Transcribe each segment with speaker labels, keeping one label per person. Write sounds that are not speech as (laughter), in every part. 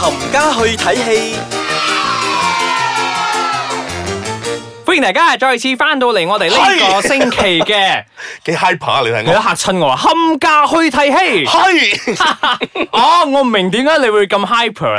Speaker 1: 冚家去睇戲，
Speaker 2: 歡迎大家再次翻到嚟我哋呢個星期
Speaker 3: (laughs)
Speaker 2: 嘅，
Speaker 3: 幾 hyper 啊你睇
Speaker 2: 你都
Speaker 3: 我，
Speaker 2: 嚇親我啊！冚家去睇戲，
Speaker 3: 係 (laughs)
Speaker 2: 哦，我唔明點解你會咁 hyper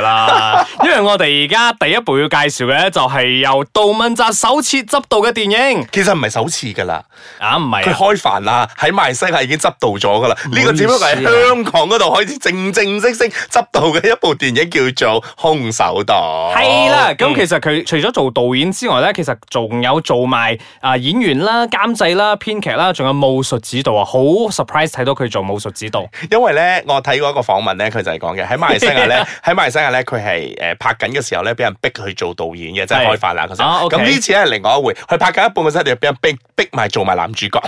Speaker 3: (laughs)
Speaker 2: 啦，因為我哋而家第一部要介紹嘅就係由杜汶澤首次執導嘅電影
Speaker 3: 其實唔係首次㗎啦，
Speaker 2: 啊，唔係
Speaker 3: 佢
Speaker 2: 啊
Speaker 3: 開飯啦，喺馬來西亞已經執導咗㗎啦。呢個只不過係香港嗰度開始正正式式執導嘅一部電影叫做《空手道》。
Speaker 2: 係啦，咁
Speaker 3: 嗯
Speaker 2: 其實佢除咗做導演之外咧，其實仲有做埋啊演員啦、監製啦、編劇啦，仲有武術指導啊！好 surprise 睇到佢做武術指導，
Speaker 3: 因為咧，我睇過一個訪問咧，佢就係講嘅喺馬來西亞
Speaker 2: (laughs)
Speaker 3: 咧，喺馬來西亞咧，佢係誒拍緊嘅時候咧，俾人逼去做導演嘅，即係
Speaker 2: 係
Speaker 3: 開飯啦嗰陣
Speaker 2: 啊，OK
Speaker 3: 咁呢次咧係另外一回，佢拍緊一半嘅時候，就俾人逼逼埋做埋男主角，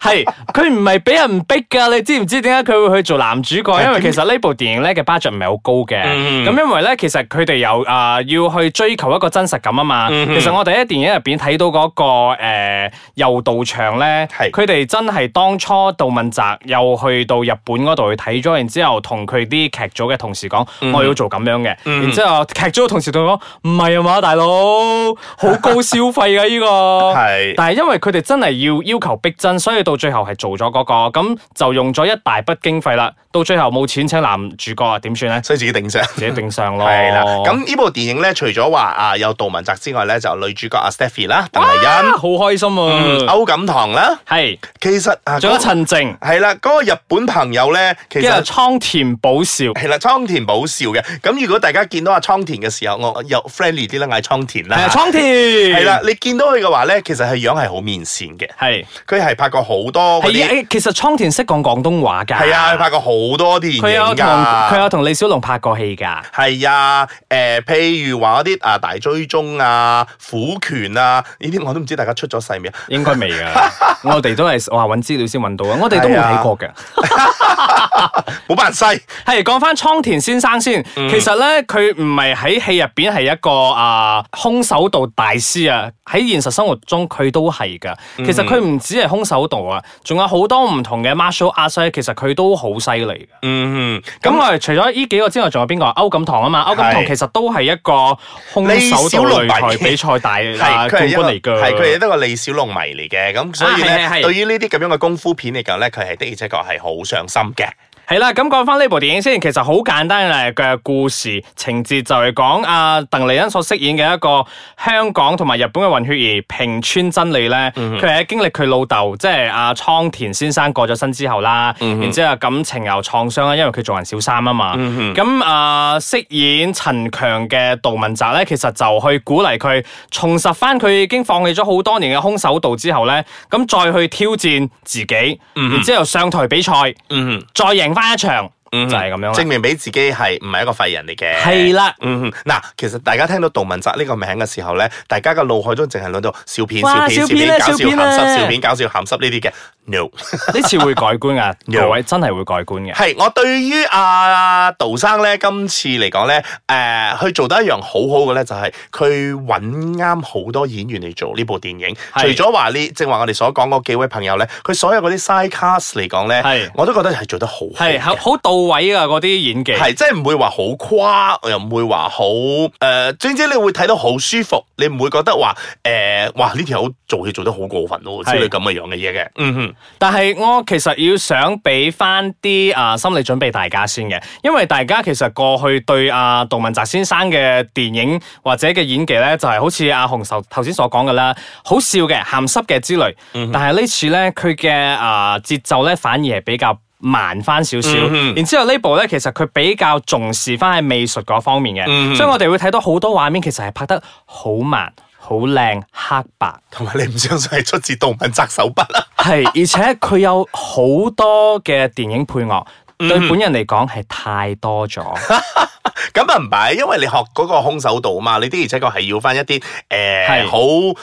Speaker 2: 係佢唔係俾人逼㗎，你知唔知點解佢會去做男主角？因為其實呢部電影咧嘅 budget 唔係好高嘅，
Speaker 3: 嗯
Speaker 2: 咁因為咧其實佢哋有啊要去追求一個真實感啊嘛。
Speaker 3: 嗯
Speaker 2: 其實我哋喺電影入邊睇到嗰個誒柔道場咧，
Speaker 3: 係
Speaker 2: 佢哋真係當初杜汶澤又去到日本嗰度去睇咗，然之後同佢啲劇組嘅同事講，
Speaker 3: 嗯
Speaker 2: 我要做咁樣嘅，然之後劇組嘅同事同佢講唔係啊嘛，大佬好高消費啊㗎呢個。
Speaker 3: 係
Speaker 2: 但係因為佢哋真係要要求逼真，所以到最後係做咗嗰、個，咁就用咗一大筆經費啦。到最後冇錢請男主角啊，點算咧？
Speaker 3: 所以自己頂上。
Speaker 2: 自己頂上
Speaker 3: (laughs)
Speaker 2: 咯。
Speaker 3: 係啦，咁呢部電影咧，除咗話啊有杜汶澤之外咧，就女主角阿 Stephy 啦、鄧麗
Speaker 2: 啊
Speaker 3: 欣、
Speaker 2: 好開心啊！
Speaker 3: 歐錦棠啦，
Speaker 2: 係、
Speaker 3: 其實嗯啊，
Speaker 2: 仲有
Speaker 3: 嗰
Speaker 2: 陳靜，
Speaker 3: 係啦，嗰個日本朋友咧，其
Speaker 2: 跟住
Speaker 3: 實。
Speaker 2: 倉田保昭。
Speaker 3: (laughs) 係啊啦，倉田保笑嘅。咁如果大家見到阿倉田嘅時候，我又 friendly 啲啦，嗌倉田
Speaker 2: 係
Speaker 3: 啦
Speaker 2: 啊，。倉田。
Speaker 3: 係
Speaker 2: 係
Speaker 3: 啦，，你見到佢嘅話咧，其實佢樣係好面善嘅。
Speaker 2: 係
Speaker 3: 佢係拍過好多嗰啲，
Speaker 2: 係，其實倉田識講廣東話㗎。
Speaker 3: 係啊，佢拍過好多啲
Speaker 2: 佢
Speaker 3: 電
Speaker 2: 有
Speaker 3: 影
Speaker 2: 同佢
Speaker 3: 㗎。
Speaker 2: 有同李小龍拍過戲㗎。
Speaker 3: 係啊，誒、譬如話嗰啲啊大追蹤啊、虎拳啊，呢啲我都唔知大家出咗世未啊。
Speaker 2: 應該
Speaker 3: (laughs)
Speaker 2: 未㗎，我哋都係話揾資料先揾到啊！我哋都冇睇過㗎。
Speaker 3: 冇扮西，
Speaker 2: 係講翻倉田先生先，
Speaker 3: 嗯
Speaker 2: 其實咧佢唔係喺戲入邊係一個啊、空手道大師啊，喺現實生活中佢都係噶。
Speaker 3: 嗯
Speaker 2: 其實佢唔止係空手道啊，仲有好多唔同嘅 martial arts 咧，其實佢都好犀利嘅。
Speaker 3: 嗯
Speaker 2: 咁我哋除咗呢幾個之外，仲有邊個？歐錦棠啊嘛，歐錦棠
Speaker 3: 係
Speaker 2: 其實都係一個空手道擂台比賽大
Speaker 3: 哼，係佢
Speaker 2: 啊
Speaker 3: 係
Speaker 2: 冠
Speaker 3: 一
Speaker 2: 軍
Speaker 3: 個
Speaker 2: 嚟㗎。
Speaker 3: 係佢係一個李小龍迷嚟嘅，咁所以咧
Speaker 2: 啊係係係，
Speaker 3: 對於呢啲咁樣嘅功夫片嚟講咧，佢係的而且確係好上心嘅。
Speaker 2: 係啦，咁講翻呢部電影先，其實好簡單嘅嘅故事情節就係講阿鄧麗欣所飾演嘅一個香港同埋日本嘅混血兒平川真理咧，佢係喺經歷佢老豆即係阿倉田先生過咗身之後啦，然之後感情又創傷啦，因為佢做人小三啊嘛。咁啊飾演陳強嘅杜汶澤咧，其實就去鼓勵佢重拾翻佢已經放棄咗好多年嘅空手道之後咧，咁再去挑戰自己，然之後上台比賽。
Speaker 3: 嗯
Speaker 2: 再贏翻一場，就係咁樣
Speaker 3: 證
Speaker 2: 啦。
Speaker 3: 明俾自己係唔係一個廢人嚟嘅。
Speaker 2: 係啦
Speaker 3: 嗯哼，嗱，其實大家聽到杜汶澤呢個名嘅時候咧，大家嘅腦海中淨係諗到笑片、
Speaker 2: 哇
Speaker 3: 笑片、
Speaker 2: 笑
Speaker 3: 笑
Speaker 2: 片
Speaker 3: 片、搞笑、
Speaker 2: 啊笑片啊
Speaker 3: 鹹濕、笑片、搞笑、鹹濕呢啲嘅。No，
Speaker 2: 呢次會改觀 (laughs) 噶，
Speaker 3: 有
Speaker 2: 各位真係會改觀嘅。
Speaker 3: 係我對於阿杜生咧，今次嚟講咧，誒、佢做得一樣好好嘅咧，就係佢揾啱好多演員嚟做呢部電影。
Speaker 2: 係
Speaker 3: 除咗話呢，正話我哋所講嗰幾位朋友咧，佢所有嗰啲 side cast 嚟講
Speaker 2: 係
Speaker 3: 咧，我都覺得係做得好好
Speaker 2: 係
Speaker 3: 嘅。
Speaker 2: 好好到位噶嗰啲演技。
Speaker 3: 係，即係唔會話好誇，又唔會話好誒，呃總之你會睇到好舒服，你唔會覺得話誒、呃哇呢條友做嘢做得好過分咯，之
Speaker 2: 係
Speaker 3: 類咁嘅樣嘅嘢嘅。嗯哼，
Speaker 2: 但係我其實要想俾翻啲啊心理準備大家先嘅，因為大家其實過去對啊杜汶澤先生嘅電影或者嘅演技咧，就係、好似阿洪頭頭先所講嘅啦，好笑嘅、鹹濕嘅之類。但係呢次咧，佢嘅啊節奏咧反而係比較。慢翻少少，然之後呢部咧，其實佢比較重視翻喺美術嗰方面嘅，所以我哋會睇到好多畫面，其實係拍得好慢、好靚、黑白。
Speaker 3: 同埋你唔相信係出自杜汶澤手筆啊啦。
Speaker 2: 係，而且佢有好多嘅電影配樂，
Speaker 3: 嗯
Speaker 2: 對本人嚟講係太
Speaker 3: (laughs)
Speaker 2: 多咗。
Speaker 3: 咁啊唔係，因為你學嗰個空手道啊嘛，你的而且確係要翻一啲誒
Speaker 2: 係
Speaker 3: 好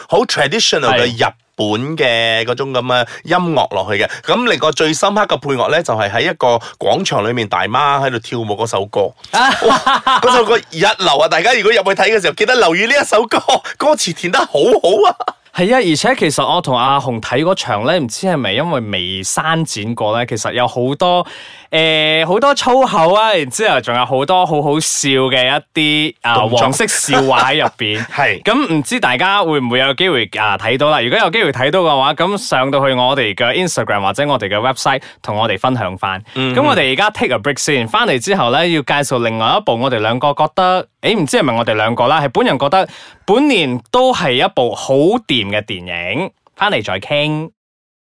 Speaker 3: 好 traditional 嘅日本嘅嗰種咁嘅音樂落去嘅。咁另個最深刻嘅配樂咧，就係喺一個廣場裏面大媽喺度跳舞嗰首歌。哇嗰首歌一流啊！大家如果入去睇嘅時候，記得留意呢一首歌，歌詞填得好好啊！
Speaker 2: 係啊，而且其實我同阿紅睇嗰場咧，唔知係咪因為未刪剪過咧，其實有好多诶好多粗口啊，然之後仲有好多好好笑嘅一啲啊
Speaker 3: 動作
Speaker 2: 黃色笑話喺入
Speaker 3: (laughs)
Speaker 2: 邊。 (laughs)
Speaker 3: 係
Speaker 2: 咁唔知大家會唔會有機會啊睇到啦？如果有機會睇到嘅話，咁上到去我哋嘅 Instagram 或者我哋嘅 website 同我哋分享翻。咁、
Speaker 3: 嗯
Speaker 2: 我哋而家 take a break 先，翻嚟之後咧要介紹另外一部我哋兩個覺得，誒唔知係咪我哋兩個啦，係本人覺得本年都係一部好掂嘅電影。翻嚟再傾。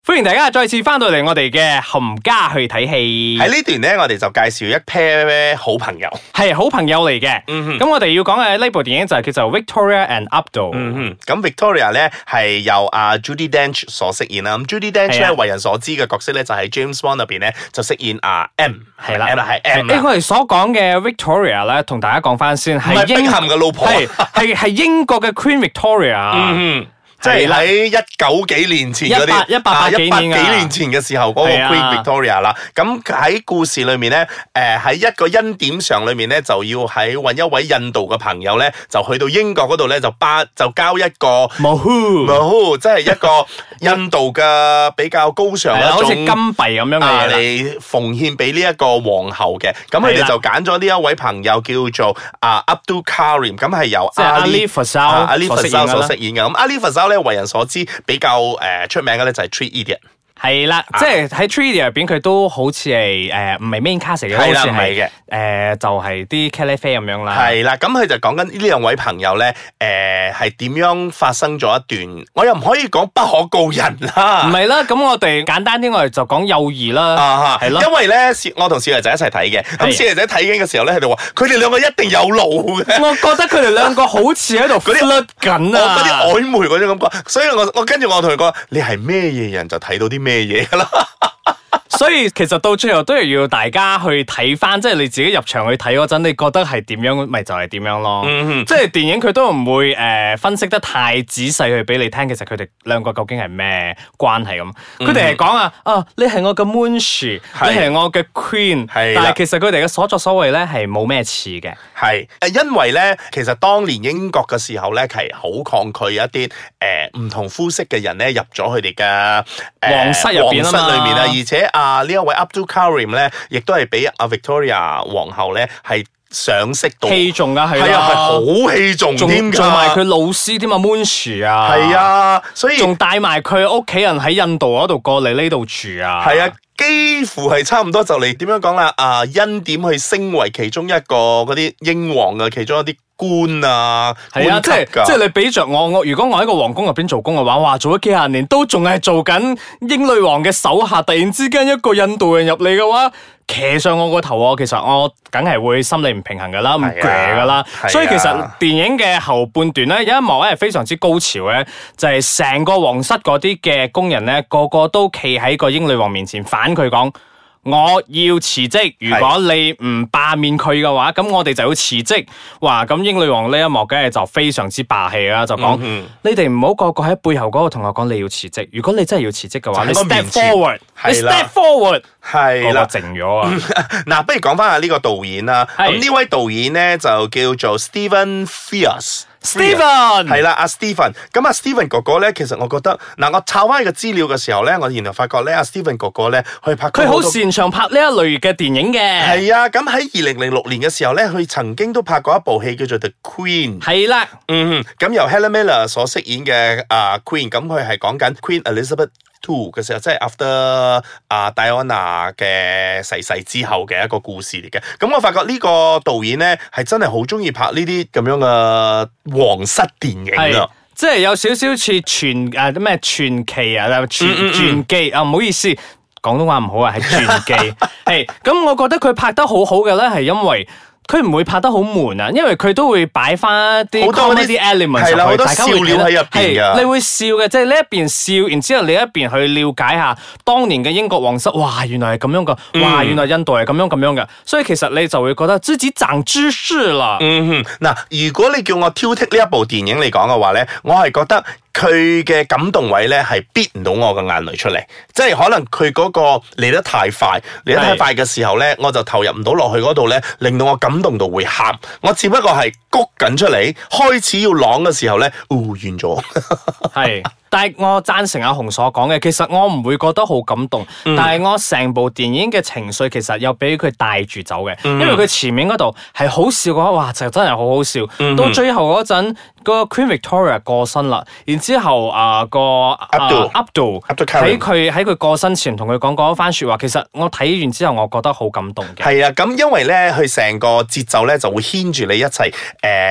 Speaker 2: 歡迎大家再次翻到嚟我哋嘅冚家去睇戲，
Speaker 3: 喺呢段咧，我哋就介紹一 pair 好朋友。
Speaker 2: 係好朋友嚟嘅。
Speaker 3: 嗯哼
Speaker 2: 咁我哋要講嘅呢部電影就係叫做 Victoria and Abdul。
Speaker 3: 嗯哼，咁 Victoria 咧係由阿 Judy Dench 所飾演啦。咁 Judy Dench
Speaker 2: 係啊
Speaker 3: 咧為人所知嘅角色咧就喺 James Bond 入邊咧就飾演阿 M，
Speaker 2: 係啦
Speaker 3: 係啦，係 M
Speaker 2: 誒，
Speaker 3: 啦，
Speaker 2: 我哋所講嘅 Victoria 咧，同大家講翻先，
Speaker 3: 啊唔係
Speaker 2: 係
Speaker 3: 碧
Speaker 2: 英
Speaker 3: 咸嘅老婆啊。
Speaker 2: 係係係英國嘅 Queen Victoria，
Speaker 3: 嗯哼，即係喺一九幾年前嗰啲，
Speaker 2: 一八
Speaker 3: 啊
Speaker 2: 一八幾
Speaker 3: 一百幾
Speaker 2: 年啊
Speaker 3: 年前嘅時候嗰個
Speaker 2: 係啊
Speaker 3: Queen Victoria 啦。咁喺故事裏面咧，誒喺一個恩典上裏面咧，就要喺揾一位印度嘅朋友咧，就去到英國嗰度咧，就巴就交一個。
Speaker 2: 冇 h
Speaker 3: 冇，即係一
Speaker 2: (laughs)
Speaker 3: 個印度嘅比較高尚
Speaker 2: 係啦，
Speaker 3: 嘅
Speaker 2: 啊好似
Speaker 3: 一
Speaker 2: 金
Speaker 3: 種
Speaker 2: 幣咁樣嘅
Speaker 3: 啊
Speaker 2: 嘢啦。
Speaker 3: 嚟奉獻俾呢一個皇后嘅。咁佢
Speaker 2: 係
Speaker 3: 哋
Speaker 2: 啦
Speaker 3: 就揀咗呢一位朋友叫做啊 Abdul Karim，咁係由
Speaker 2: 即係阿
Speaker 3: Ali-
Speaker 2: Lee f a s
Speaker 3: 啊
Speaker 2: a
Speaker 3: Ali
Speaker 2: l 所
Speaker 3: f a s a
Speaker 2: 飾演嘅
Speaker 3: 所
Speaker 2: 啦
Speaker 3: 飾。演嘅。咁 Ali f a s a 咧為人所知比較誒出名嘅咧就係 Three Idiot，
Speaker 2: 係啦，
Speaker 3: 啊
Speaker 2: 即係喺 Treaty 入邊，佢都好似係誒唔係 main cast 嚟嘅，
Speaker 3: 係啦
Speaker 2: 好似
Speaker 3: 唔係嘅
Speaker 2: 誒就係啲 c a l i f e 咁樣啦。
Speaker 3: 係啦。咁佢就講緊呢兩位朋友咧，誒係點樣發生咗一段，我又唔可以講不可告人啊啦。
Speaker 2: 唔係啦，咁我哋簡單啲，我哋就講幼兒啦。
Speaker 3: 啊
Speaker 2: 係咯
Speaker 3: 因為咧，小我同小女仔一齊睇嘅，
Speaker 2: 係
Speaker 3: 咁小女仔睇緊嘅時候咧，佢哋話佢哋兩個一定有路嘅。
Speaker 2: 我覺得佢哋兩個好似喺度
Speaker 3: 嗰啲
Speaker 2: flirt 緊
Speaker 3: 我嗰啲
Speaker 2: 啊！
Speaker 3: 曖昧嗰種感覺，所以我我跟住我同佢講，你係咩嘢人就睇到啲咩嘢
Speaker 2: (laughs)
Speaker 3: 噶啦。
Speaker 2: 所以其實到最後都係要大家去睇翻，即係你自己入場去睇嗰陣，你覺得係點樣，咪就係點樣咯。
Speaker 3: 嗯
Speaker 2: 即係電影佢都唔會誒、呃分析得太仔細去俾你聽，其實佢哋兩個究竟係咩關係咁。佢哋係講啊，啊你係我嘅 Moonshi，
Speaker 3: 嗯係
Speaker 2: 你係我嘅 Queen，
Speaker 3: 係
Speaker 2: 但
Speaker 3: 啦
Speaker 2: 係其實佢哋嘅所作所為咧係冇咩似嘅。
Speaker 3: 係，誒，因為咧，其實當年英國嘅時候咧，係好抗拒一啲誒唔同膚色嘅人咧入咗佢哋嘅誒
Speaker 2: 皇室入邊啊嘛
Speaker 3: 皇室裏面啊，而且啊呢一位 Abdul Karim 咧，亦都係俾阿 Victoria 皇后咧係賞識到，
Speaker 2: 器重啊，係
Speaker 3: 係啊，係
Speaker 2: 啦，
Speaker 3: 好器重
Speaker 2: 仲
Speaker 3: 添㗎，
Speaker 2: 仲埋佢老師添啊，Moonshi 啊，
Speaker 3: 係，啊，所以
Speaker 2: 仲帶埋佢屋企人喺印度嗰度過嚟呢度住啊，
Speaker 3: 係啊。幾乎係差唔多就嚟點樣講啦？啊，恩典去升為其中一個嗰啲英皇嘅其中一啲官啊，
Speaker 2: 系啊，
Speaker 3: 官級
Speaker 2: 即系
Speaker 3: 㗎
Speaker 2: 即系你俾着我，我如果我喺個皇宮入邊做工嘅話，哇，做咗幾廿年都仲係做緊英女王嘅手下，突然之間一個印度人入嚟嘅話，騎上我個頭，我其實我梗係會心理唔平衡噶啦，唔
Speaker 3: 係啊
Speaker 2: 鋸噶啦，
Speaker 3: 係啊
Speaker 2: 所以其實電影嘅後半段咧，有一幕咧係非常之高潮嘅，就係、成個皇室嗰啲嘅工人咧，個個都企喺個英女王面前反佢講。我要辭職，如果你唔罷免佢嘅話，咁我哋就要辭職。哇！咁英女王呢一幕，梗係就非常之霸氣啦，就講、
Speaker 3: 嗯
Speaker 2: 你哋唔好個個喺背後嗰個同學講你要辭職。如果你真係要辭職嘅話，你
Speaker 3: 就喺我
Speaker 2: step
Speaker 3: 面前
Speaker 2: forward，你
Speaker 3: 係啦
Speaker 2: step forward，
Speaker 3: 係
Speaker 2: 個個
Speaker 3: 啦。
Speaker 2: 靜咗啊！
Speaker 3: 嗱，不如講翻下呢個導演啦。
Speaker 2: 係
Speaker 3: 咁呢位導演咧就叫做 Steven Frears。
Speaker 2: Steven
Speaker 3: 係啦，阿 Steven。咁阿 Steven 哥哥咧，其實我覺得嗱，我抄翻佢嘅資料嘅時候咧，我原來發覺咧，阿 Steven 哥哥咧，佢拍過
Speaker 2: 佢好
Speaker 3: 多
Speaker 2: 擅長拍呢一類嘅電影嘅，
Speaker 3: 係啊，咁喺二零零六年嘅時候咧，佢曾經都拍過一部戲叫做《The Queen》。
Speaker 2: 係啦，
Speaker 3: 嗯，咁由 Helen Miller 所飾演嘅啊 Queen，咁佢係講緊 Queen Elizabeth Two 嘅時候，即係 after 啊戴安娜嘅逝世之後嘅一個故事嚟嘅。咁我發覺呢個導演咧係真係好中意拍呢啲咁樣嘅皇室電影
Speaker 2: 係
Speaker 3: 啊。
Speaker 2: 即係有少少似傳誒咩傳奇啊，傳
Speaker 3: 嗯
Speaker 2: 傳記啊，唔好意思，廣東話唔好啊，係傳
Speaker 3: (laughs)
Speaker 2: 記。係咁，我覺得佢拍得好好嘅咧，係因為。佢唔會拍得好悶啊，因為佢都會擺翻啲
Speaker 3: 好多嗰
Speaker 2: comedy
Speaker 3: 啲
Speaker 2: element
Speaker 3: 係啦
Speaker 2: 入去
Speaker 3: 好多
Speaker 2: 大家會
Speaker 3: 笑料喺入邊㗎
Speaker 2: 係你會笑嘅，即係呢一邊笑，然之後你一邊去了解下當年嘅英國皇室，哇，原來係咁樣㗎，
Speaker 3: 嗯
Speaker 2: 哇，原來印度係咁樣咁樣嘅，所以其實你就會覺得自己長知識啦。
Speaker 3: 嗯哼，嗱，如果你叫我挑剔呢一部電影嚟講嘅話咧，我係覺得佢嘅感動位咧係逼唔到我嘅眼淚出嚟，即係可能佢嗰個嚟得太快，嚟得太快嘅時候咧，我就投入唔到落去嗰度咧，令到我感動到會喊。我只不過係谷緊出嚟，開始要朗嘅時候咧，哦完咗。
Speaker 2: 系但係我贊成阿紅所講嘅，其實我唔會覺得好感動，
Speaker 3: 嗯
Speaker 2: 但係我成部電影嘅情緒其實有俾佢帶住走嘅，
Speaker 3: 嗯
Speaker 2: 因為佢前面嗰度係好笑嘅話，哇就真係好好笑。
Speaker 3: 嗯
Speaker 2: 到最後嗰陣，個 Queen Victoria 過身啦，然之後啊個啊
Speaker 3: Abdul
Speaker 2: Abdul
Speaker 3: Abdul
Speaker 2: 喺
Speaker 3: Karim
Speaker 2: 佢喺佢過身前同佢講嗰一番説話，其實我睇完之後我覺得好感動嘅。
Speaker 3: 係啊，咁因為咧，佢成個節奏咧就會牽住你一齊，誒、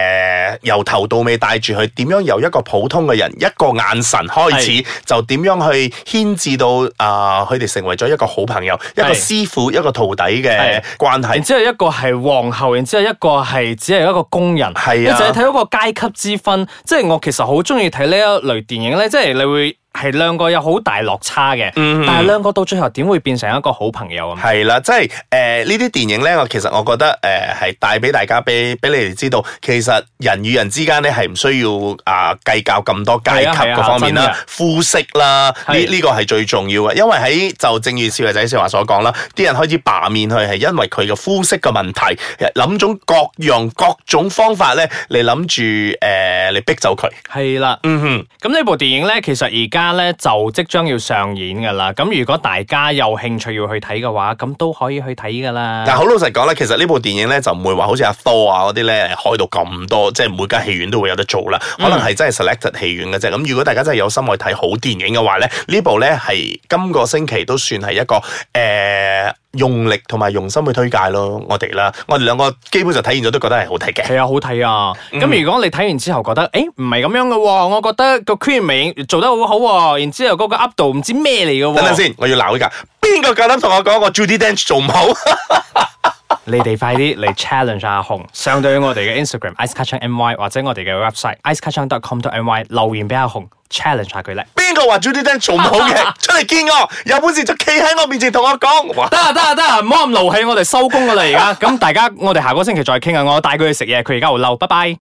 Speaker 3: 由頭到尾帶住佢點樣由一個普通嘅人一個眼神開始，就點樣去牽至到啊，佢、哋成為咗一個好朋友，一個
Speaker 2: 係
Speaker 3: 師傅，一個徒弟
Speaker 2: 係
Speaker 3: 嘅關
Speaker 2: 然
Speaker 3: 係。
Speaker 2: 之後一個係皇后，然之後一個係只係一個工人，
Speaker 3: 係啊
Speaker 2: 你就係睇到個階級之分。即係我其實好中意睇呢一類電影咧，即係你會係兩個有好大落差嘅，
Speaker 3: 嗯
Speaker 2: 但係兩個到最後點會變成一個好朋友咁？
Speaker 3: 係啦，即係誒呢啲電影咧，我其實我覺得誒係帶俾大家俾俾你哋知道，其實人與人之間咧係唔需要啊計較咁多階級
Speaker 2: 係啊係啊
Speaker 3: 嗰方面
Speaker 2: 真
Speaker 3: 啦
Speaker 2: 嘅、
Speaker 3: 膚色啦，呢
Speaker 2: 係
Speaker 3: 呢個係最重要嘅，因為喺就正如少爺仔少華所講啦，啲人開始罷免佢係因為佢嘅膚色嘅問題，諗種各樣各種方法咧嚟諗住誒嚟逼走佢。
Speaker 2: 係啦，
Speaker 3: 嗯哼，
Speaker 2: 咁呢部電影咧，其實而家咧就即將要上演噶啦。咁如果大家有興趣要去睇嘅話，咁都可以去睇噶啦。
Speaker 3: 但好老實講咧，其實呢部電影咧就唔會話好似阿 Thor 啊嗰啲咧開到咁多，即係每間戲院都會有得做啦。可能係真係 selected 戲院嘅啫。咁如果大家真係有心去睇好電影嘅話咧，呢部咧係今個星期都算係一個誒、呃用力同埋用心去推介咯。我哋啦，我哋兩個基本上睇完咗都覺得係好睇嘅。
Speaker 2: 係啊，好睇啊！
Speaker 3: 嗯
Speaker 2: 咁、如果你睇完之後覺得，誒唔係咁樣嘅喎、我覺得個 Queen 名做得好好、喎，然之後嗰個 up 度唔知咩嚟嘅喎。
Speaker 3: 等等，先，我要鬧依架，邊個夠膽同我講我 Judy Dench 做唔好？ (laughs)
Speaker 2: 你哋快啲嚟 challenge 阿紅，上到我哋嘅 Instagram i c e c a t c h n my 或者我哋嘅 website i c e c a t c h n c o m my 留言俾阿紅 challenge 下佢咧。
Speaker 3: 邊個話 Judy Dench 做唔好嘅？出嚟見我，有本事就企喺我面前同我講。哇
Speaker 2: 得啊得啊得啊，唔好咁勞氣，我哋收工噶啦而家。咁大家我哋下個星期再傾啊，我帶佢去食嘢，佢而家好嬲，拜拜。